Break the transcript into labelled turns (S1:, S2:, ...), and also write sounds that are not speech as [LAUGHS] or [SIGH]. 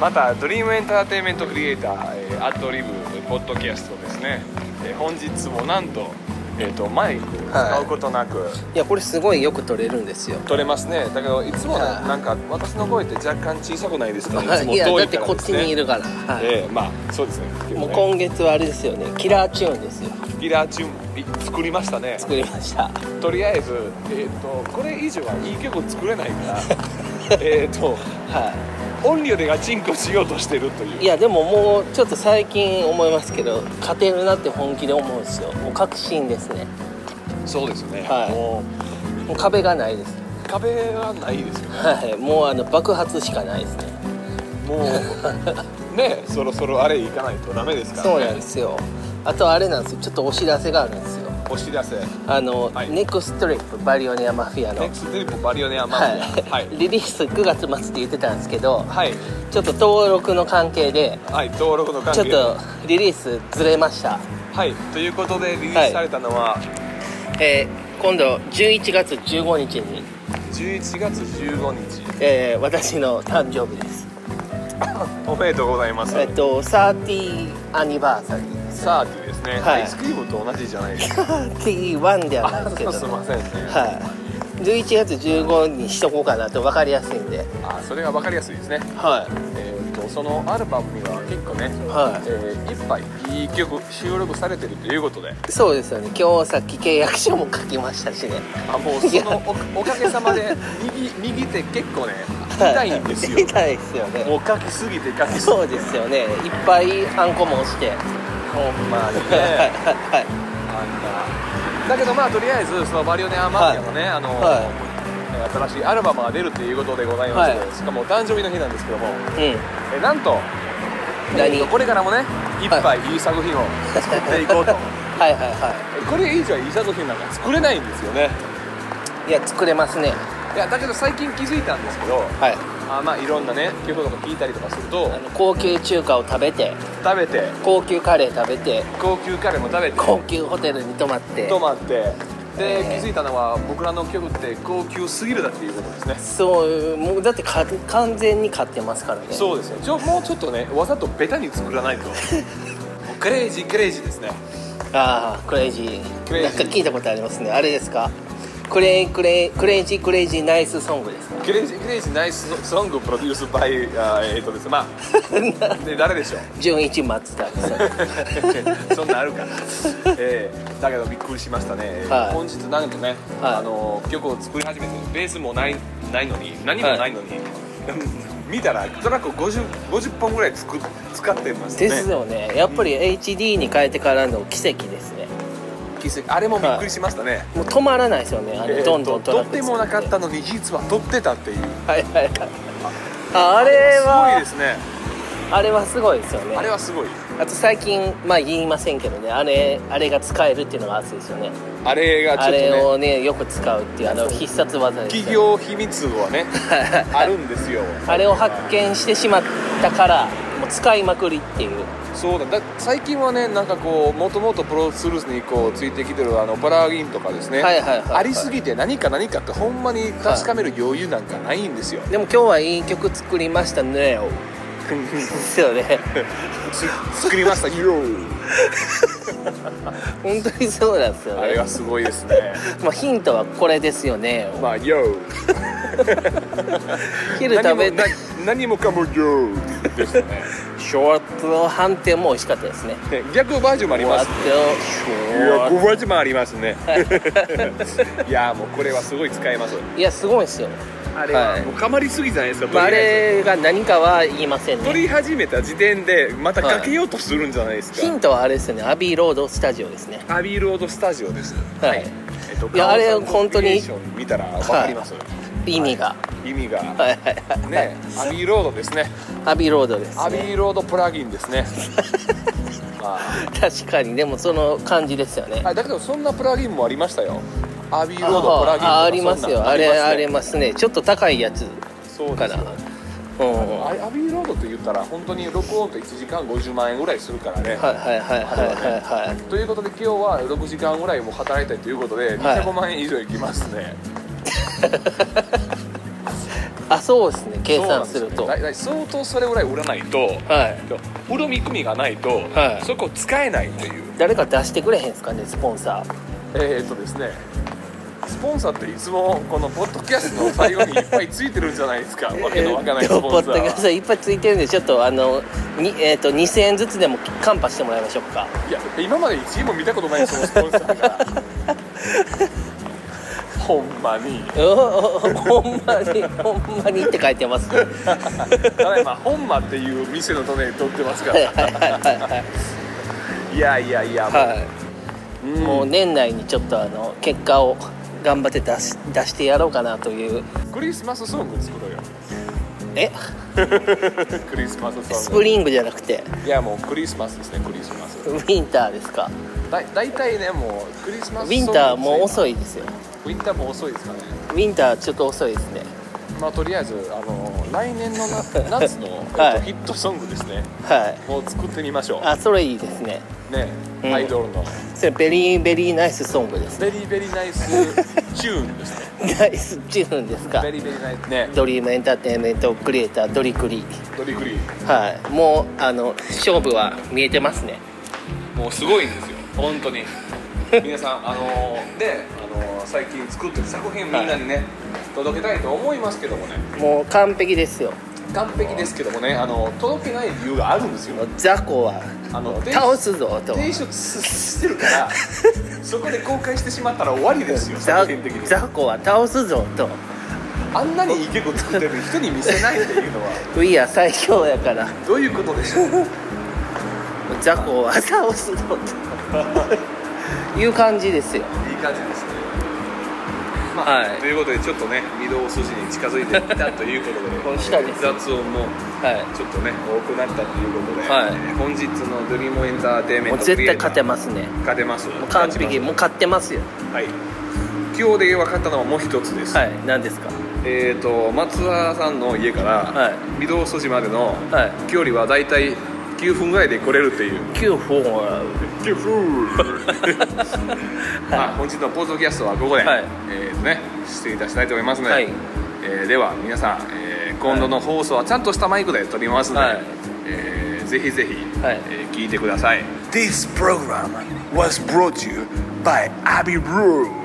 S1: またドリームエンターテインメントクリエイター、えー、アットリブポッドキャストですね、えー本日もなんと,、えー、とマイク使うことなく、
S2: いやこれすごいよく撮れるんですよ
S1: 取れますねだけどいつもね
S2: はい
S1: なんか私の声って若干小さくないですか、ね、いつも
S2: [LAUGHS] いや
S1: 遠
S2: だ
S1: い
S2: って
S1: から
S2: こっ
S1: です
S2: ち
S1: ね
S2: にいるから、はい
S1: ええまあそうですね
S2: もう今月はあれですよねキラーチューンですよ
S1: ピラーチューン作りましたね
S2: 作りました
S1: とりあえず、えー、とこれ以上はいい曲作れないから [LAUGHS] えっと
S2: は
S1: オンリオでがチンコしようとしてるという
S2: いいやでももうちょっと最近思いますけど勝てるなって本気で思うんですよもう確信ですね
S1: そうですよね、
S2: はい
S1: も
S2: もう壁がないです
S1: う壁はないですよね
S2: はいもうあの爆発しかないですね
S1: もうねそろそろあれ行かないとダメですから、ね、
S2: そうなんですよあとあれなんですよちょっとお知らせがあるんですよ
S1: お知らせ
S2: あの、
S1: はい
S2: ネクストリップバリオネアマフィアの、
S1: ネクストテレポバリオネアマフィア
S2: は
S1: はいい、
S2: [LAUGHS] リリース9月末って言ってたんですけど
S1: はい、
S2: ちょっと登録の関係で
S1: はい、登録の関
S2: ちょっ
S1: 係
S2: とリリースずれました、
S1: はいということでリリースされたのは
S2: えー今度11月15日に、
S1: 11月15日 [COUGHS]
S2: えー私の誕生日です
S1: おめでとうございます、
S2: えっと30アニバーサリー
S1: サーティですね、
S2: はい
S1: アイスクリームと同じじゃないですか
S2: 31ではない
S1: あ
S2: ですけ
S1: [LAUGHS] そ
S2: ど
S1: うすいませんね、
S2: はい11月15にしとこうかなと分かりやすいんで
S1: あそれが分かりやすいですね
S2: は
S1: えー、とそのアルバムには結構ね、
S2: はい
S1: えー、いっぱいいい曲収録されてるということで
S2: いそうですよね今日さっき契約書も書きましたしね
S1: あもうそのおおかげさまで右右手結構ね痛いんですよ
S2: はい痛いですよね
S1: もう書きすぎて書きすぎて
S2: そうですよねいっぱいハンコも押して
S1: ほんまに
S2: はい
S1: ねあん
S2: はい
S1: ただけどまあとりあえずそのバリオネアマフィアのね、あの、
S2: は
S1: えー新しいアルバムが出るということでございまして、
S2: はい
S1: しかもお誕生日の日なんですけども、
S2: はいうん
S1: えーなんと
S2: 何
S1: えーとこれからもねいっぱいいい作品を作っていこう
S2: [LAUGHS]
S1: と、
S2: はいはいは
S1: これ以上いい作品なんか作れないんですよね
S2: いいや作れますね
S1: いやだけど最近気づいたんですけど
S2: はい
S1: あまあいろんなね曲とか聞いたりとかすると
S2: あの高級中華を食べて
S1: 食べて
S2: 高級カレー食べて
S1: 高級カレーも食べて
S2: 高級ホテルに泊まって
S1: 泊まってで
S2: えー
S1: 気づいたのは僕らの曲って高級すぎるだっていうことですね
S2: そうもうだってか完全に買ってますからね
S1: そうですねちょもうちょっとねわざとベタに作らない
S2: [LAUGHS]
S1: ともうクレイジークレイジーですね
S2: ああクレイジー
S1: クレイジー
S2: なんか聞いたことありますねあれですかクレイクレイクレイジークレイジーナイスソングですか
S1: クレイジークレイジーナイスソングプロデュースバイあーえーっとですねまあで誰でしょう
S2: [LAUGHS]
S1: [LAUGHS]
S2: 純一松田です
S1: そんなんあるかな、
S2: [LAUGHS]
S1: えーだけどびっくりしましたね、
S2: はい
S1: 本日なんとね、
S2: はい
S1: あの曲を作り始めてベースもないないのに何もないのに、見たらトラック 50, 50本ぐらいつく使ってますね
S2: ですよねやっぱり HD に変えてからの奇跡ですね
S1: 奇跡あれもびっくりしましたね、
S2: もう止まらないですよねあ
S1: えーと
S2: のどんどんトラック
S1: 撮ってもなかったのに実は撮ってたっていう
S2: はいはいはいああれ
S1: すごい
S2: は
S1: ですね
S2: あれはすごいですよね
S1: あれはすごい
S2: あと最近まあ言いませんけどねあれあれが使えるっていうのが熱いですよね
S1: あれがちょ
S2: あ
S1: っとね
S2: れをねよく使うっていうあの必殺技です
S1: 企業
S2: よ
S1: 秘密はねあるんですよ
S2: あれを発見してしまったからもう使いまくりっていう
S1: そうだだ最近はねなんかこうもともとプロツールスにこうついてきてるあのパラギンとかですね、
S2: はいはいはいはい
S1: ありすぎて何か何かってほんまに確かめる余裕なんかないんですよ、
S2: でも今日はいい曲作りました [LAUGHS] ねですよね
S1: つ作りました [LAUGHS] よ
S2: 本当にそうなんですよ
S1: あれ
S2: ね
S1: はすごいですね
S2: まあヒントはこれですよね
S1: まあよ
S2: 昼食べて
S1: 何もかもよですね [LAUGHS]
S2: ショート判定も美味しかったですね
S1: ね逆バージョンもありますいや
S2: い
S1: 逆バージョンもあります [LAUGHS] ねいやもうこれはすごい使えます
S2: やすごいですよ、
S1: あれ
S2: は
S1: はいもうかまりすぎじゃないですか、
S2: まあ、あ
S1: とりえず
S2: れが何かは言いません
S1: 取
S2: ね
S1: り始めた時点でまたかけようとするんじゃないですか、
S2: ヒントはあれですよねアビーロードスタジオですね
S1: アビーロードスタジオです
S2: はい、
S1: えっと
S2: いやあれ本当
S1: コンフィギュレー
S2: に
S1: ション見たらわかります、
S2: 意味が
S1: 意味がね、
S2: はいはいはい、
S1: アビーロードですね
S2: アビーロードです、ね、
S1: アビーロードプラギンです
S2: [LAUGHS]
S1: ねま
S2: 確かにでもその感じですよね
S1: ああだけどそんなプラギンもありましたよアビー
S2: あ
S1: ロードプラギンとか
S2: ああります
S1: そん
S2: よ
S1: な
S2: あれあり
S1: ね
S2: ますねちょっと高いやつ
S1: そう
S2: か
S1: で
S2: な
S1: すよ
S2: うん
S1: あアビーロードと言ったら本当に録音と1時間50万円ぐらいするからね、
S2: はいはいはいはいはいはい
S1: ということで今日は6時間ぐらいも働いたいということで
S2: はい
S1: 205万円以上いきますね、
S2: あそうですね計算する
S1: そ
S2: と
S1: うなんですよだだ相当それぐらい売らないと
S2: はい
S1: 恨み込みがないと、
S2: はい
S1: そこ使えないという
S2: 誰か出してくれへんですかねスポンサー
S1: えー、っとですねスポンサーっていつもこのポッドキャストの最後にいっぱいついてるんじゃないですかわけのわからない
S2: え
S1: ス
S2: ーっとポ
S1: ポ
S2: ッ
S1: ンサ
S2: ドキャス
S1: ー
S2: トいっぱいついてるんでちょっとあのに、えーっと2000円ずつでもカンパしてもらいましょうか
S1: いや今まで一位も見たことないですそのスポンサーがほんまに
S2: うお [LAUGHS] ほんまにほんまにって書いてますはい
S1: ただいま本間っていう店のトネ取ってますか
S2: はい
S1: ら
S2: はいはい
S1: いやいやいや、
S2: はい、はい
S1: うん
S2: もう年内にちょっとあの結果を頑張って出し出してやろうかなという
S1: クリスマスソング作ろうよ
S2: え
S1: クリスマス
S2: ス
S1: ソン
S2: プ
S1: グ
S2: リングじゃなくて
S1: いやもうクリスマスですねクリスマス
S2: ウィンターですか
S1: だ大体ねもうクリス
S2: ウ
S1: マス
S2: ィンターもう遅
S1: い
S2: いですよ
S1: ウィンターも遅いですかね
S2: ウィンターちょっと遅いですね
S1: まあとりあえずあの来年のな
S2: [LAUGHS]
S1: 夏の、え
S2: はい
S1: っとヒットソングですね
S2: はい
S1: を作ってみましょ
S2: あそれいいですね
S1: うね、
S2: うん
S1: アイドルの
S2: それベリーベリーナイスソングです [LAUGHS] ね
S1: ベリーベリーナイスチューン
S2: [LAUGHS]
S1: ですね
S2: ナイスチューンですか
S1: ベリーベリーナイスね
S2: ドリームエンターテインメントクリエイタードリクリ
S1: ドリグリ
S2: はいもうあの勝負は見えてますね
S1: もうすごいんですよ本当に皆さんあのー、で、あのー、最近作ってる作品みんなにね、届けたいと思いますけどもね
S2: もう完璧ですよ
S1: 完璧ですけどもねあの届けない理由があるんですよ
S2: 雑魚は
S1: あの
S2: 倒すぞと
S1: 提出してるから
S2: [LAUGHS]
S1: そこで公開してしまったら終わりですよ
S2: 雑
S1: 作品的に
S2: 雑魚は倒すぞと
S1: あんなにいい曲作ってる人に見せないっていうの
S2: [LAUGHS]
S1: は
S2: ウィア最強やから
S1: どういうことでしょう
S2: 雑魚は倒すぞ
S1: [LAUGHS]
S2: という感じですよ
S1: いい感じですね
S2: はい
S1: ということでちょっとね御堂筋に近づいてきたということ
S2: [LAUGHS]
S1: で
S2: この下です
S1: 雑音も
S2: は
S1: ちょっとね多くなったということで、
S2: はい
S1: えー本日のドリームエンターテイン
S2: い
S1: メン
S2: もう
S1: ト
S2: 絶対勝て
S1: ま
S2: ますね
S1: す勝てます
S2: もう完璧もう勝ってますよ
S1: はい今日で分かったのはもう一つです、
S2: はい何ですか
S1: えっ、と松原さんの家から
S2: は
S1: 御堂筋までの
S2: いはい
S1: 距離はだいたい9分ぐらいで来れるっていう
S2: 9本は
S1: [LAUGHS] 9分まあ本日のポートキャストはここで、
S2: はい
S1: えーとね失礼いたしたいと思いますので、
S2: はい
S1: えーでは皆さん、えー今度の放送はちゃんとしたマイクで撮りますので、
S2: はい
S1: えーぜひぜひ、
S2: はい
S1: えー聞いてください This program was brought to you by Abbey Road